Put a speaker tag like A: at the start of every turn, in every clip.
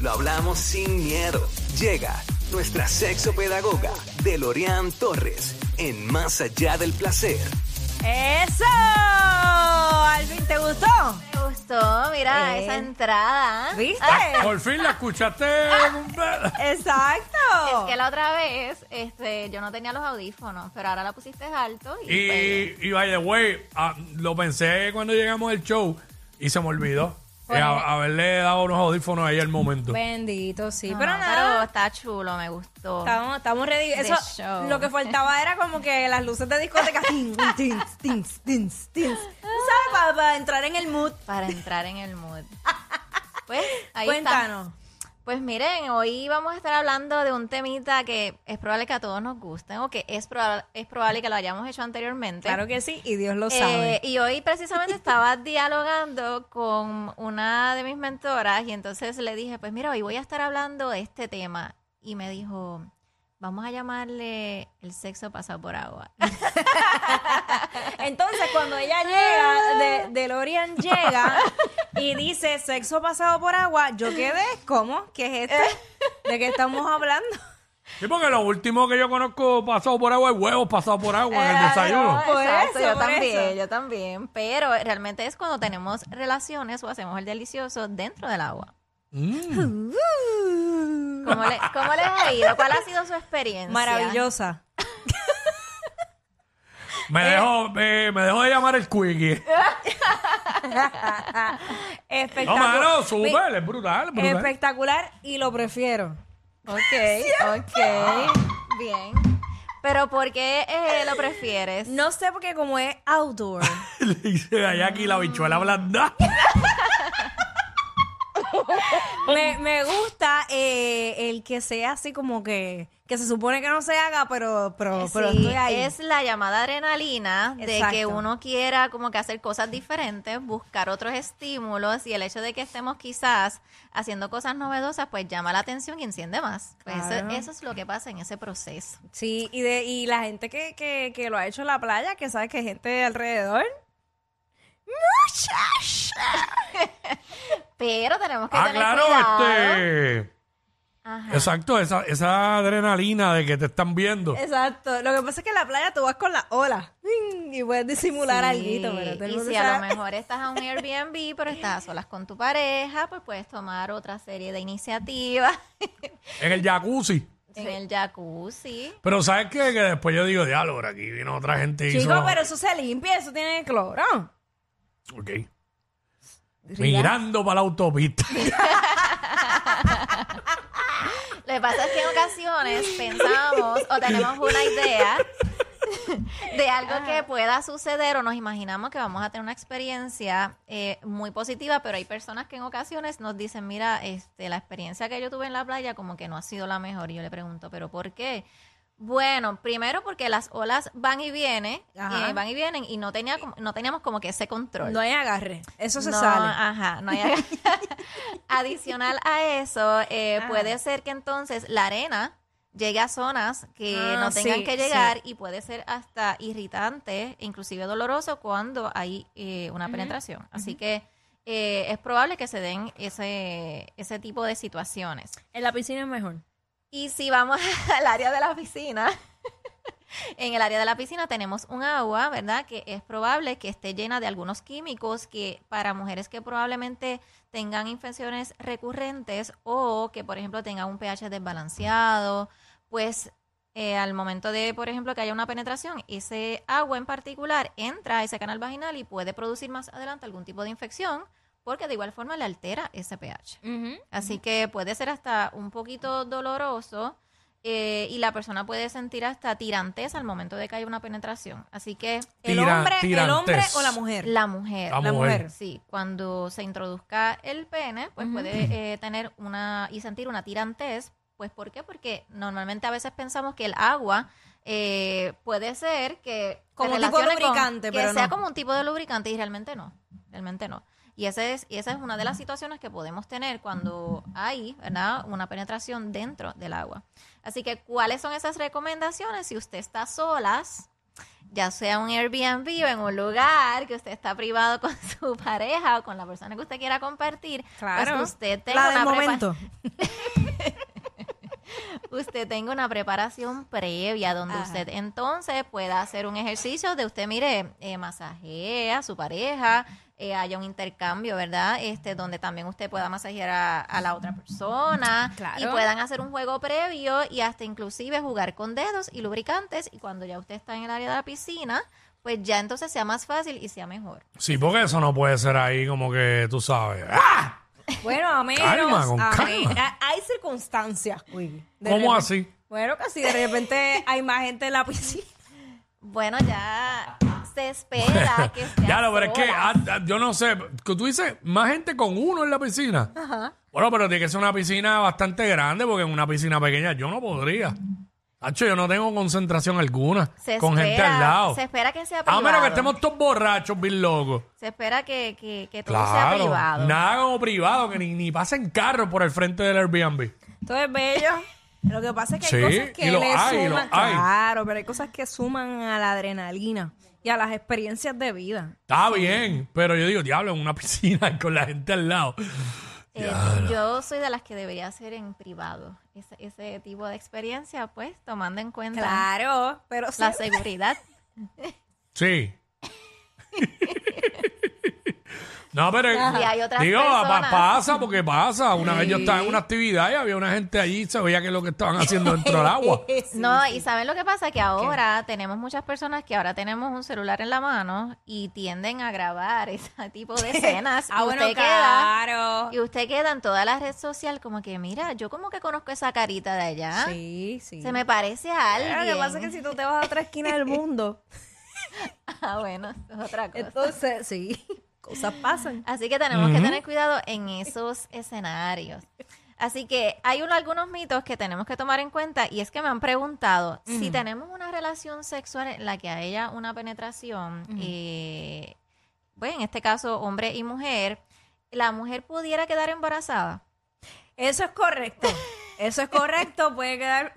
A: lo hablamos sin miedo. Llega nuestra sexopedagoga Delorian Torres en Más Allá del Placer.
B: ¡Eso! Alvin, ¿te gustó?
C: Me gustó, mira esa entrada.
B: ¿Viste?
D: Ah.
E: Por fin la escuchaste.
B: Exacto.
C: Que la otra vez, este, yo no tenía los audífonos, pero ahora la pusiste alto y, pues,
E: y, y by the way, ah, lo pensé cuando llegamos al show y se me olvidó. Eh, a- haberle dado unos audífonos ahí al momento.
D: Bendito, sí.
C: no,
D: pero
C: no,
D: nada.
C: pero está chulo, me gustó.
D: Estamos, estamos ready. Eso,
C: show.
D: lo que faltaba era como que las luces de discoteca. tin, tin, tin, tin, tin. ¿Sabes? Para, entrar en el mood.
C: Para entrar en el mood. Pues, ahí
D: Cuéntanos.
C: está. Pues miren, hoy vamos a estar hablando de un temita que es probable que a todos nos gusten o que es, proba- es probable que lo hayamos hecho anteriormente.
D: Claro que sí, y Dios lo
C: Eh,
D: sabe.
C: y hoy precisamente estaba dialogando con una de mis mentoras y entonces le dije, pues mira, hoy voy a estar hablando de este tema. Y me dijo, vamos a llamarle el sexo pasado por agua.
D: Entonces, cuando ella llega, de, DeLorean llega y dice sexo pasado por agua, yo quedé, ¿cómo? ¿Qué es esto? ¿De qué estamos hablando?
E: Sí, porque lo último que yo conozco pasado por agua es huevos pasado por agua en
C: Eh,
E: el desayuno.
D: Por
C: Exacto,
D: eso,
C: yo
D: por
C: también,
D: eso.
C: yo también. Pero realmente es cuando tenemos relaciones o hacemos el delicioso dentro del agua.
D: Mm.
C: ¿Cómo, le- cómo les ha ido? ¿Cuál ha sido su experiencia?
D: Maravillosa.
E: Me dejó, eh, me dejó de llamar el quickie. No,
D: Espectacular.
E: mano,
D: Mi-
E: súper, es brutal, es brutal.
D: Espectacular y lo prefiero.
C: Ok, ok. Bien. Pero ¿por qué eh, lo prefieres?
D: No sé porque como es outdoor.
E: Le hice allá aquí la bichuela blanda.
D: me, me gusta eh, el que sea así como que que se supone que no se haga, pero pero, pero
C: Eh, Sí,
D: estoy ahí.
C: Es la llamada adrenalina de que
D: Exacto.
C: uno quiera como que hacer cosas diferentes, buscar otros estímulos y el hecho de que estemos quizás haciendo cosas novedosas pues llama la atención y enciende más. Pues eso-
D: Claro.
C: eso, es lo que pasa en ese proceso.
D: Sí, y de y la gente que, que, que lo ha hecho en la playa, que sabe que hay gente alrededor.
C: Pero tenemos que
E: Ah,
C: tener
E: claro,
C: cuidado.
E: este.
C: Ajá.
E: Exacto, esa, esa adrenalina de que te están viendo.
D: Exacto. Lo que pasa es que en la playa tú vas con la ola mm, y puedes disimular
C: Sí,
D: algo, pero todo el
C: y
D: mundo
C: si a lo
D: sabe-
C: mejor estás a un Airbnb, pero estás a solas con tu pareja, pues puedes tomar otra serie de iniciativas
E: En el jacuzzi.
C: en el jacuzzi.
E: Pero ¿sabes qué? Que después yo digo, diablo, ahora aquí vino otra gente y
D: Chico,
E: hizo...
D: pero eso se limpia, eso tiene cloro.
E: Ok. Mirando para la autopista.
C: Lo que pasa es que en ocasiones pensamos o tenemos una idea de algo que pueda suceder o nos imaginamos que vamos a tener una experiencia eh, muy positiva, pero hay personas que en ocasiones nos dicen, mira, este, la experiencia que yo tuve en la playa como que no ha sido la mejor. Y yo le pregunto, ¿pero por qué? Bueno, primero porque las olas van y vienen,
D: Ajá.
C: eh, van y vienen, y no, tenía, como- no teníamos como que ese control.
D: No hay agarre. Eso se
C: No,
D: sale.
C: Ajá, no hay- Adicional a eso, eh, puede ser que entonces la arena llegue a zonas que
D: Ah,
C: no tengan
D: sí,
C: que llegar y puede ser hasta irritante, inclusive doloroso cuando hay eh, una penetración. Así que eh, es probable que se den ese, ese tipo de situaciones.
D: En la piscina es mejor.
C: Y si vamos al área de la piscina, en el área de la piscina tenemos un agua, ¿verdad? Que es probable que esté llena de algunos químicos que para mujeres que probablemente tengan infecciones recurrentes o que, por ejemplo, tengan un pH desbalanceado, pues eh, al momento de, por ejemplo, que haya una penetración, ese agua en particular entra a ese canal vaginal y puede producir más adelante algún tipo de infección porque de igual forma le altera ese pH. Así que puede ser hasta un poquito doloroso eh, y la persona puede sentir hasta tirantez al momento de que hay una penetración. Así que
D: El
E: Tira-
D: hombre, el hombre
E: tirantes.
D: o la mujer.
C: la mujer,
E: La
D: La
E: mujer.
D: mujer.
C: sí, cuando se introduzca el pene, pues puede eh, tener una y sentir una tirantez Pues ¿por qué? Porque normalmente a veces pensamos que el agua eh, puede ser que se
D: Como un tipo
C: relacione con-
D: lubricante,
C: que
D: pero
C: sea
D: no.
C: como un tipo de lubricante y realmente no, realmente no. Y esa es, y esa es una de las situaciones que podemos tener cuando hay, ¿verdad? Una penetración dentro del agua. Así que, ¿cuáles son esas recomendaciones? Si usted está solas, ya sea un Airbnb o en un lugar que usted está privado con su pareja o con la persona que usted quiera compartir,
D: Claro.
C: pues usted tenga
D: La del
C: una prepa-
D: momento.
C: usted tenga una preparación previa donde
D: Ajá.
C: usted entonces pueda hacer un ejercicio de usted, mire, eh, masajea a su pareja, eh, haya un intercambio, ¿verdad? Este, donde también usted pueda masajear a, a la otra persona
D: Claro.
C: y puedan hacer un juego previo y hasta inclusive jugar con dedos y lubricantes y cuando ya usted está en el área de la piscina, pues ya entonces sea más fácil y sea mejor.
E: Sí, porque eso no puede ser ahí como que tú sabes. ¡Ah!
D: Bueno, a menos.
E: Calma, con
D: a
E: calma.
D: men- a- hay circunstancias, Quiggy. De
E: ¿Cómo
D: repen-
E: así?
D: Bueno, que si de repente hay más gente en la piscina.
C: Bueno, ya se espera que esté
E: Ya
C: a
E: lo, pero es que
C: solas.
E: ah, ah, yo no sé. que Tú dices más gente con uno en la piscina. Bueno, pero tiene que ser una piscina bastante grande porque en una piscina pequeña yo no podría. Hacho, yo no tengo concentración alguna
C: se
E: con gente
C: espera-
E: al lado.
C: Se espera que sea
E: A
C: privado.
E: menos que estemos todos borrachos, bien locos.
C: Se espera que, que, que todo sea
E: Claro.
C: privado.
E: Nada como privado, que ni, ni pasen carros por el frente del Airbnb.
D: Todo es bello. Lo que pasa es que
E: Sí,
D: hay cosas que
E: y lo
D: le
E: hay, y lo
D: suman.
E: hay.
D: Claro, pero hay cosas que suman a la adrenalina y a las experiencias de vida.
E: Está bien, pero yo digo, diablo, en una piscina con la gente al lado.
C: Eh, yo soy de las que debería hacer en privado. Ese, ese tipo de experiencia, pues, tomando en cuenta
D: Claro, pero sí.
C: la seguridad.
E: Sí. no, pero
C: Y hay otras
E: digo, pa-
C: personas.
E: pasa porque pasa. Una vez yo estaba en una actividad y había una gente allí y se veía que lo que estaban haciendo dentro del agua.
C: no, y ¿saben lo que pasa? Que ahora tenemos muchas personas que ahora tenemos un celular en la mano y tienden a grabar ese tipo de escenas.
D: Ah,
C: Y
D: bueno,
C: usted queda-
D: claro.
C: Y usted queda en toda la red social como que, mira, yo como que conozco esa carita de allá.
D: Sí, sí.
C: Se me parece a alguien.
D: Claro, lo que pasa es que si tú te vas a otra esquina del mundo,
C: Ah, bueno, eso es otra cosa.
D: entonces, sí, cosas pasan.
C: Así que tenemos que tener cuidado en esos escenarios. Así que hay uno- algunos mitos que tenemos que tomar en cuenta y es que me han preguntado si tenemos una relación sexual en la que haya una penetración, eh, bueno, en este caso hombre y mujer, la mujer pudiera quedar embarazada.
D: Eso es correcto. Eso es correcto, puede quedar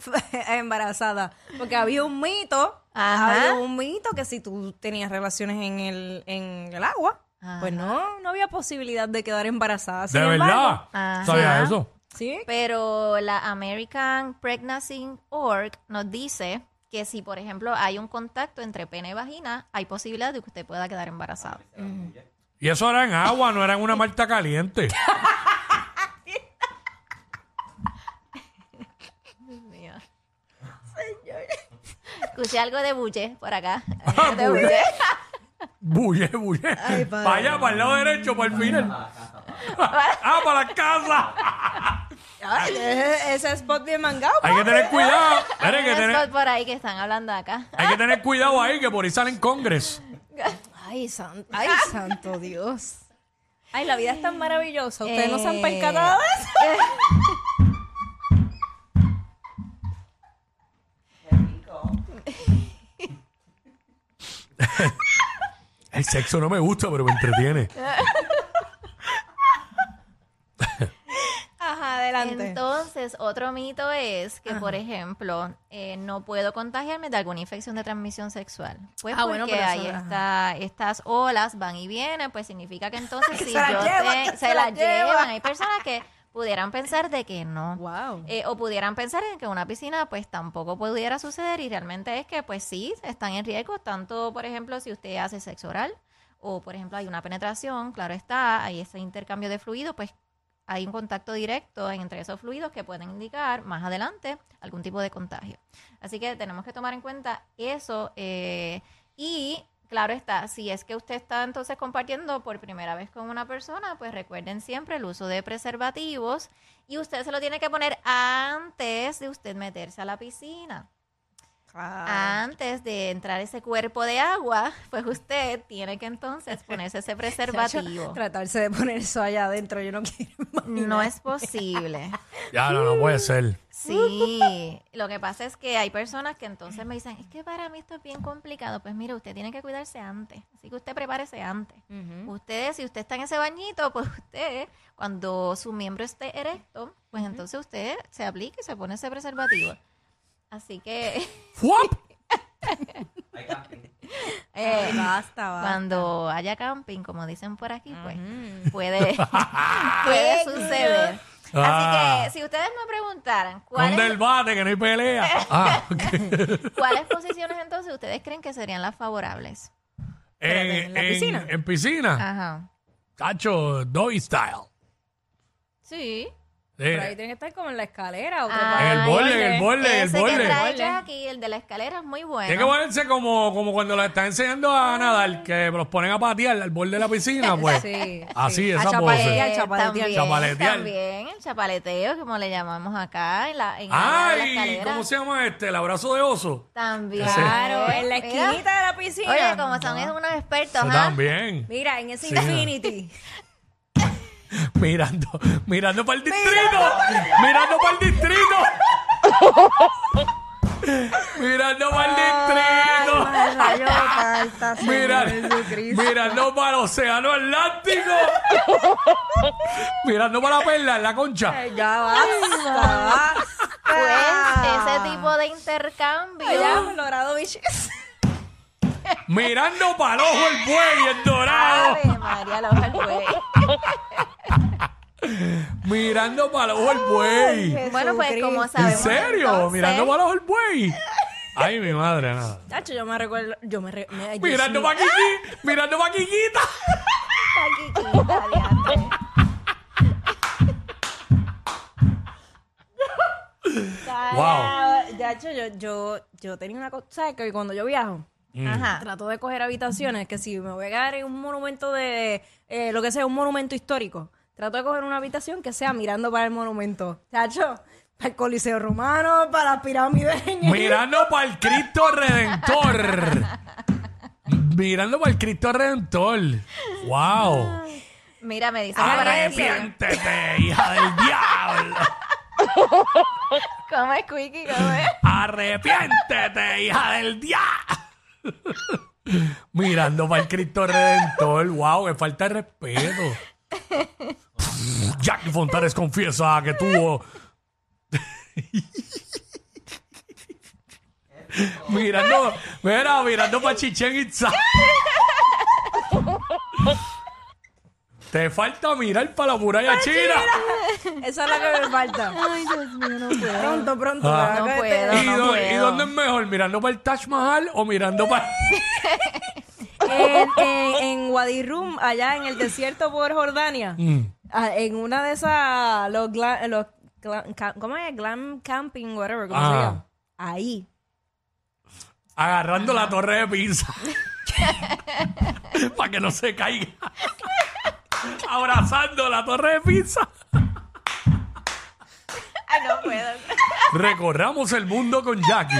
D: embarazada. Porque había un mito,
C: Ajá.
D: había un mito que si tú tenías relaciones en el, en el agua, pues no, no había posibilidad de quedar embarazada. Sin
E: ¿De
D: embargo,
E: verdad?
C: Ajá.
E: ¿Sabía eso?
D: Sí.
C: Pero la American Pregnancy Org nos dice que si, por ejemplo, hay un contacto entre pene y vagina, hay posibilidad de que usted pueda quedar embarazada.
E: Y eso era en agua, no era en una malta caliente.
C: Escuché algo de bulle por acá.
E: Ah,
C: De
E: bulle.
C: bulle.
E: Bulle, bulle. Para allá, para el lado derecho, para el final. ah, para la casa.
D: Ay, ese ese spot bien mangado.
E: Hay que tener cuidado. Mira, hay
C: Hay
E: que
C: un
E: tener,
C: spot por ahí que están hablando acá.
E: hay que tener cuidado ahí, que por ahí salen congres.
D: Ay, san- ay, santo Dios. Ay, la vida es tan maravillosa. Ustedes no se han
C: Eh,
D: percatado de eso.
E: El sexo no me gusta, pero me entretiene.
D: Eh, Ajá, adelante.
C: Entonces, otro mito es que, por ejemplo, eh, no puedo contagiarme de alguna infección de transmisión sexual. Pues
D: Ah,
C: porque
D: bueno, pero eso-
C: ahí está, estas olas van y vienen, pues significa que entonces si
D: se las
C: yo
D: llevan,
C: te-
D: que
C: se
D: se
C: las
D: las llevan.
C: llevan. Hay personas que pudieran pensar de que no.
D: Wow.
C: Eh, o pudieran pensar en que una piscina pues tampoco pudiera suceder y realmente es que pues sí, están en riesgo, tanto por ejemplo si usted hace sexo oral o por ejemplo hay una penetración, claro está, hay ese intercambio de fluidos, pues hay un contacto directo entre esos fluidos que pueden indicar más adelante algún tipo de contagio. Así que tenemos que tomar en cuenta eso eh, y... Claro está, si es que usted está entonces compartiendo por primera vez con una persona, pues recuerden siempre el uso de preservativos y usted se lo tiene que poner antes de usted meterse a la piscina.
D: Ah.
C: Antes de entrar ese cuerpo de agua, pues usted tiene que entonces ponerse ese preservativo.
D: Tratarse de poner eso allá adentro, yo no quiero.
C: No es posible.
E: Ya, no, no puede ser.
C: Sí, lo que pasa es que hay personas que entonces me dicen, es que para mí esto es bien complicado. Pues mire, usted tiene que cuidarse antes, así que usted prepárese antes. Usted, si usted está en ese bañito, pues usted, cuando su miembro esté erecto, pues entonces usted se aplica y se pone ese preservativo. Así que
E: ¡Fuap!
C: eh,
D: Basta, basta.
C: cuando haya camping, como dicen por aquí, pues puede, puede suceder.
E: Ah.
C: Así que si ustedes me preguntaran cuál
E: ¿Dónde
C: es
E: el bate que no hay pelea? Ah, ok.
C: ¿Cuáles posiciones entonces ustedes creen que serían las favorables?
E: en,
D: la
E: en-
D: piscina.
E: en piscina.
C: Ajá.
E: Cacho, doggy style.
C: Sí.
E: Sí.
D: Pero ahí tiene que estar como en la escalera o
C: Ah,
E: En
D: trepado.
E: el
C: Ay,
E: borde, en
D: oye,
E: el borde, en el
C: Ese que
E: borde.
C: trae Jackie, el de la escalera, es muy
E: Tiene que
C: bueno.
E: ponerse como, como cuando la están enseñando a nadar, que los ponen a patear al borde de la piscina, pues.
D: Sí,
E: Así,
D: sí.
E: esa
D: A
E: pose.
D: chapaletear, chapaletear.
C: Eh, también,
E: Chapaletear.
C: también, el chapaleteo, como le llamamos acá, en la, en el área de la
E: ¡Ay!
C: escalera.
E: ¿Cómo se llama este? El abrazo de oso.
C: También.
D: Claro, en la
C: Mira.
D: esquinita de la piscina.
C: Oye, como son unos expertos,
E: Eso
C: ¿ah?
E: también.
D: Mira, en ese
E: Sí.
D: Infinity.
E: Mirando, mirando para el distrito. Mirando para el distrito. Mirando para el distrito. Mira, mirando para el océano Atlántico. mirando para la perla en la concha.
D: Ya basta,
C: Pues,
D: basta.
C: ese tipo de intercambio.
D: Ya, Colorado Beaches.
E: Mirando para el ojo el buey, el dorado.
C: Ave María, lo güey.
E: Mirando para el ojo el buey.
C: Bueno, pues como sabemos.
E: ¿En serio?
C: entonces,
E: Mirando para el ojo el buey. Ay, mi madre, nada.
D: Chacho, yo me recuerdo. Yo me. re- me- Dios
E: Mirando
D: mío.
E: para Kiki, mirando para Kikita.
C: está Kikita, diantre.
E: Wow.
D: Chacho, yo, yo, yo tenía una cosa. ¿Sabes que cuando yo viajo,
C: Ajá.
D: trato de coger habitaciones? Que si me voy a quedar en un monumento de. eh, lo que sea, un monumento histórico. Trato de coger una habitación que sea mirando para el monumento. Chacho, para el Coliseo Romano, para las pirámides. de Egipto.
E: Mirando para el Cristo Redentor. Mirando para el Cristo Redentor. Wow.
C: Mira, me dicen por aquí.
E: Arrepiéntete, hija del diablo.
C: ¿Cómo es Quickie? ¿Cómo es?
E: Arrepiéntete, hija del diablo. Mirando para el Cristo Redentor. Wow, que falta de respeto. Jackie Fontanes confiesa que tuvo. mirando, mira, mirando para Chichen Itza. Te falta mirar para la muralla china.
D: Esa es la que me falta. Ay, Dios mío, no puedo. Pronto, pronto. me
E: Ah.
D: va a
C: No
D: caer
C: puedo.
E: ¿Y,
C: no
E: dó- y
C: puedo.
E: dónde es mejor? ¿Mirando para el Taj Mahal o mirando para.?
D: En, en, en Wadirum, allá en el desierto por Jordania,
E: Mm.
D: ah, en una de esas, los, gla- los gla- ca- ¿cómo es? Glam camping, whatever, ¿cómo se
E: Ah.
D: llama? Ahí.
E: Agarrando la torre de pizza. para que no se caiga. Abrazando la torre de pizza.
C: Ay, no puedo.
E: Recorramos el mundo con Jackie.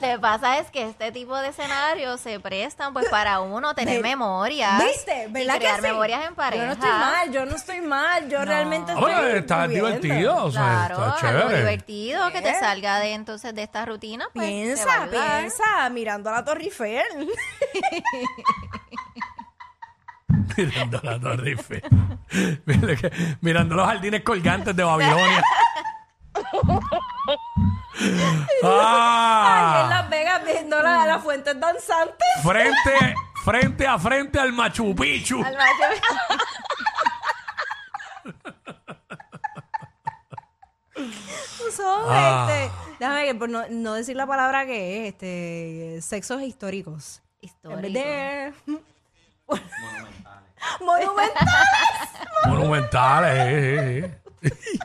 C: Lo que pasa es que este tipo de escenarios se prestan pues para uno tener memorias.
D: ¿Viste? ¿Verdad
C: y crear
D: que sí?
C: memorias en pareja.
D: Yo no estoy mal, yo no estoy mal, yo realmente
E: Ah,
D: estoy
E: bueno, está
D: viviendo.
E: divertido. O sea,
C: Claro,
E: Pues, está
C: algo
E: chévere.
C: divertido que te salga de entonces de esta rutina. Pues, te va a
D: Piensa,
C: ayudar.
D: piensa, mirando a la Torre Eiffel.
E: Mirando la torre Eiffel. Mira que- Mirando los jardines colgantes de Babilonia. Ah.
D: En Las Vegas viendo la- las fuentes danzantes.
E: frente, frente a frente al Machu Picchu.
C: Al macho-
D: Tú sabes,
E: Ah.
D: este, déjame que por no, no decir la palabra que es, este, sexos históricos. En vez
C: Histórico.
D: de... Monumental.
E: Monumentales. eh, eh, eh.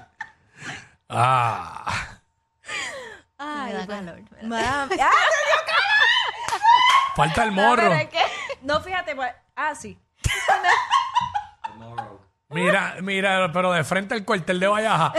E: ah.
C: Me da calor.
D: Mami. Ah,
E: Falta el morro.
D: no, fíjate. pues, Ah, sí.
E: Mira, mira, pero de frente al cuartel de Vallaja.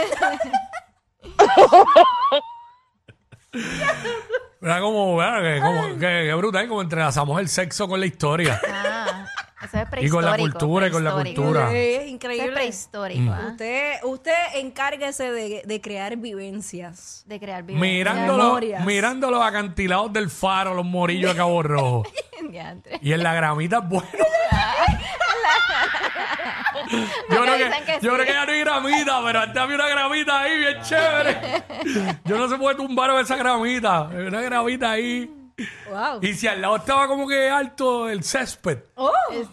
E: Mira como, mira, que, como- que- que brutal, como entrelazamos el sexo con la historia.
C: Ah, Eso es prehistórico.
E: Y con la cultura, y con la
C: prehistórico.
E: cultura.
D: Es
C: Eso es
D: increíble.
C: prehistórico, ¿ah?
D: Usted, usted encárguese de, de crear vivencias.
C: De crear videos.
E: Mirando,
D: Memorias.
E: los, mirando los acantilados del faro, los morillos a Cabo Rojo. Y en la gramita, bueno. yo, creo
C: Porque
E: que,
C: dicen que
E: yo
C: sí.
E: creo que ya no hay gramita, pero antes había una gramita ahí bien chévere. Yo no se puede tumbar a esa gramita. Había Una gramita ahí.
D: Wow.
E: Y si al lado estaba como que alto el césped,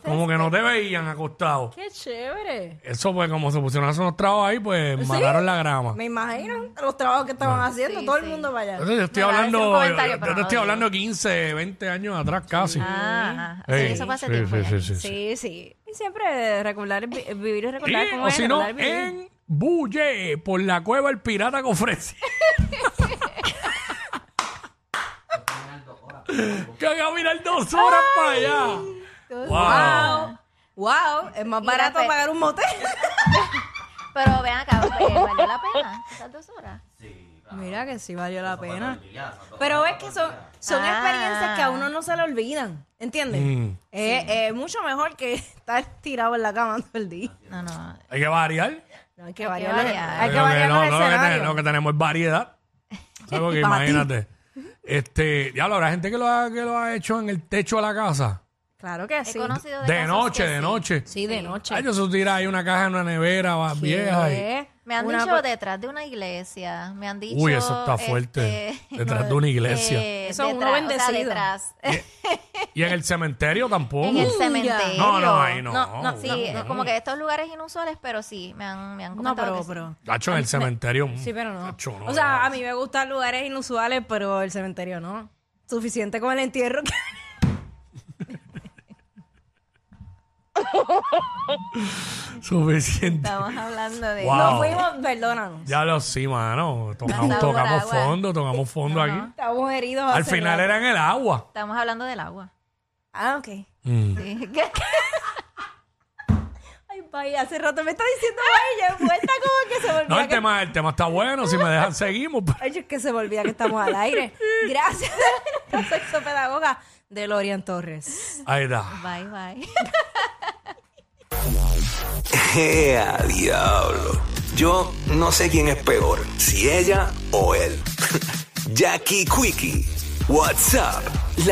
E: como que no te veían acostado.
D: ¡Qué chévere!
E: Eso pues como se pusieron a hacer unos trabajos ahí, pues mataron la grama.
D: Me imagino los trabajos que estaban haciendo,
C: Sí,
D: todo el
C: sí.
D: mundo vaya.
E: Entonces, yo estoy
C: Me parece
E: hablando,
C: un comentario,
E: yo- yo
C: pero no
E: te estoy
C: digo.
E: hablando 15, 20 años atrás casi.
C: Ah,
E: Ey,
C: sí, eso fue hace
E: sí,
C: tiempo.
E: sí,
C: ya.
E: sí, sí, sí.
D: Sí, sí. Y siempre recordar, es vi- vivir es recordar
E: Y,
D: como
E: o
D: es,
E: si no,
D: recordar es vivir.
E: en Bulle, por la cueva el pirata que ofrece. que voy a mirar dos horas para allá. Wow.
D: Wow, es más
C: Y
D: barato
C: la pe-
D: pagar un motel.
C: Pero ven acá, eh, ¿valió la pena esas dos horas?
D: Mira que sí valió la pena. Pero es que son, son
C: Ah.
D: experiencias que a uno no se le olvidan, ¿entiendes?
E: Mm.
D: Es mucho mejor que estar tirado en la cama todo el día.
C: No, no.
E: Hay que variar.
D: No, hay que variar.
C: variar.
D: Hay que
E: Lo
D: variar
E: no,
D: los
E: no, lo que te-
D: escenarios.
E: lo que tenemos es variedad. ¿Sabes? Porque
D: Para ti.
E: imagínate. Este, ya habrá gente que lo, ha, que lo ha hecho en el techo de la casa.
D: Claro que
C: He
D: sí.
C: conocido de
E: De,
C: casos
E: noche,
C: que
E: de
C: sí.
E: noche.
D: Sí, de noche.
E: Ay, yo se tira ahí una caja en una nevera va- vieja. y-
D: ¿Qué?
C: Me han
D: Una
C: dicho
D: pe-
C: detrás de una iglesia, me han dicho...
E: Uy, eso está fuerte.
C: este,
E: Detrás de una iglesia.
C: eh,
D: Eso es uno
C: detrás, o sea,
D: bendecido.
C: detrás.
E: Y en el cementerio tampoco.
C: en el cementerio.
E: No, no, ahí no.
D: No, no,
C: Sí,
D: no,
C: es como que estos lugares inusuales, pero sí, me han, me han
D: No,
C: comentado
D: pero,
C: que sí.
D: pero.
E: Gacho, en el cementerio.
D: Sí, pero no.
E: Gacho, no,
D: o sea, a mí me gustan lugares inusuales, pero el cementerio no. Suficiente con el entierro. que-
E: Suficiente.
C: Estamos hablando de...
E: Wow.
D: Nos fuimos, perdónanos.
E: Ah. Ya lo sí, mano. Tocamos,
C: Pasamos por
E: tocamos
C: agua.
E: fondo, tocamos fondo aquí.
D: Estamos heridos.
E: Al
D: hace
E: final
D: rato.
E: era en el agua.
C: Estamos hablando del agua.
D: Ah, ok.
E: Mm.
C: Sí, ¿qué?
D: Ay, vaya, hace rato me está diciendo, ay, ya vuelta como que se volvía.
E: No, el
D: que...
E: tema, el tema está bueno. Si me dejan, seguimos. pues.
D: Ay, es que se volvía que estamos al aire. Gracias, la sexopedagoga de Lorian Torres.
E: Ahí está.
C: Bye, bye.
A: ¡Ea, ¡Eh, diablo! Yo no sé quién es peor, si ella o él. Jackie Quickie, WhatsApp